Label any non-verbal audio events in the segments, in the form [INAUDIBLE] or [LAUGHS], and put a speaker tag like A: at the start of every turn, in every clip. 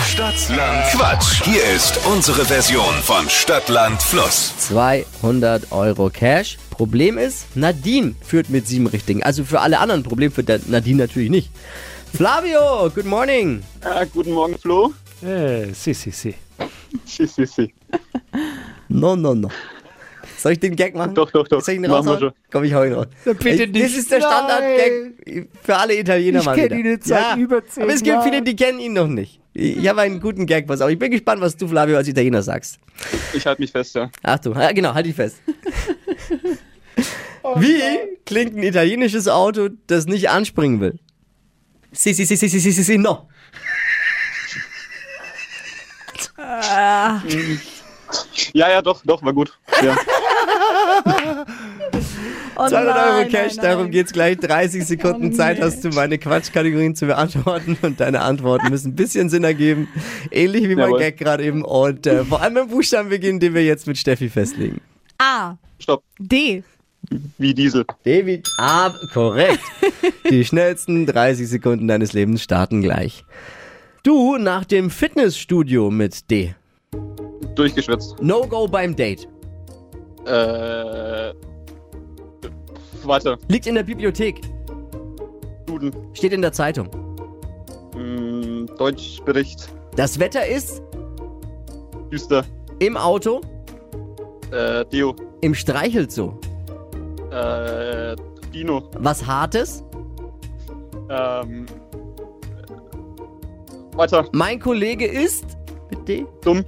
A: Stadtland Quatsch. Hier ist unsere Version von Stadtland Fluss.
B: 200 Euro Cash. Problem ist, Nadine führt mit sieben richtigen. Also für alle anderen Problem führt der Nadine natürlich nicht. Flavio, good morning.
C: Ah, guten Morgen, Flo.
D: Äh, si, si, si.
C: Si, si, si.
B: No, no, no. Soll ich den Gag machen?
C: Doch, doch, doch.
B: Soll ich ihn
C: Machen wir
B: raushauen?
C: schon.
B: Komm, ich hau ihn raus.
D: bitte
B: Ey, Das
D: nicht.
B: ist der Standard-Gag für alle Italiener
D: Ich
B: mal
D: kenn
B: wieder.
D: ihn jetzt seit über zehn
B: Aber es gibt
D: Jahren.
B: viele, die kennen ihn noch nicht. Ich ich habe einen guten Gag, pass auf. Ich bin gespannt, was du, Flavio, als Italiener sagst.
C: Ich halte mich fest, ja.
B: Achtung, ja, genau, halt dich fest. Wie klingt ein italienisches Auto, das nicht anspringen will? Si, si, si, si, si, si, si, si, no.
C: Ja, ja, doch, doch, war gut. Ja.
B: 200 Euro Cash, darum geht's gleich. 30 Sekunden
E: Oh,
B: Zeit
E: nee.
B: hast du, um meine Quatschkategorien zu beantworten und deine Antworten müssen ein bisschen Sinn ergeben. Ähnlich wie mein
C: Jawohl.
B: Gag gerade eben. Und äh, vor allem beim Buchstaben beginnen, den wir jetzt mit Steffi festlegen.
E: A.
C: Stopp.
E: D.
C: Wie Diesel.
B: David A. Ah, Korrekt. [LAUGHS] Die schnellsten 30 Sekunden deines Lebens starten gleich. Du nach dem Fitnessstudio mit D.
C: Durchgeschwitzt.
B: No-Go beim Date.
C: Äh. Warte.
B: Liegt in der Bibliothek.
C: Duden.
B: Steht in der Zeitung.
C: Hm, Deutschbericht.
B: Das Wetter ist
C: Düster.
B: im Auto,
C: Äh, Deo.
B: im Streichelzoo.
C: Äh, Dino.
B: Was Hartes?
C: Ähm. Weiter.
B: Mein Kollege ist mit D.
C: Dumm.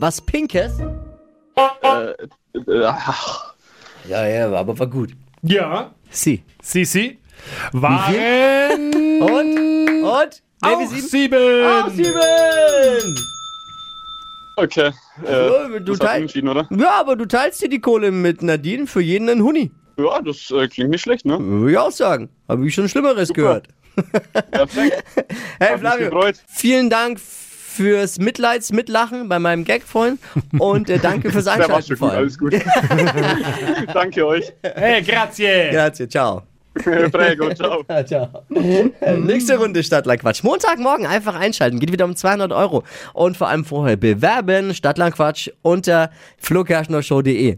B: Was Pinkes?
C: Äh, äh, ach.
B: Ja, ja, aber war gut.
D: Ja.
B: Sie.
D: Si, si. [LAUGHS] Waren
B: Und? Und?
D: Oh. auch
B: Baby sieben? Auch
D: sieben.
B: sieben!
C: okay.
B: So,
C: Äh,
B: du
C: das hat
B: teil-
C: entschieden, oder?
B: Ja, aber du teilst dir die Kohle mit Nadine für jeden einen Huni.
C: Ja, das äh, klingt nicht
B: [LAUGHS]
C: schlecht, ne?
B: Würde ich auch sagen. Habe ich schon Schlimmeres gehört.
C: Perfekt.
B: Hey,
C: Hab mich
B: Flavio,
C: gefreut.
B: vielen Dank fürs Mitleids, Mitlachen bei meinem Gag, Freund. Und äh, danke
C: [LAUGHS]
B: fürs
C: Der war
B: Einschalten.
C: schon
B: vor
C: gut,
B: allem.
C: alles
B: [LAUGHS]
C: gut. Danke euch.
D: Hey, Äh, grazie.
B: Grazie, ciao.
C: Prego, ciao.
B: Ja, ciao. Äh, Nächste Runde Stadtlandquatsch. Montagmorgen einfach einschalten. Geht wieder um 200 Euro. Und vor allem vorher bewerben. Stadtlandquatsch unter flokerschnershow.de.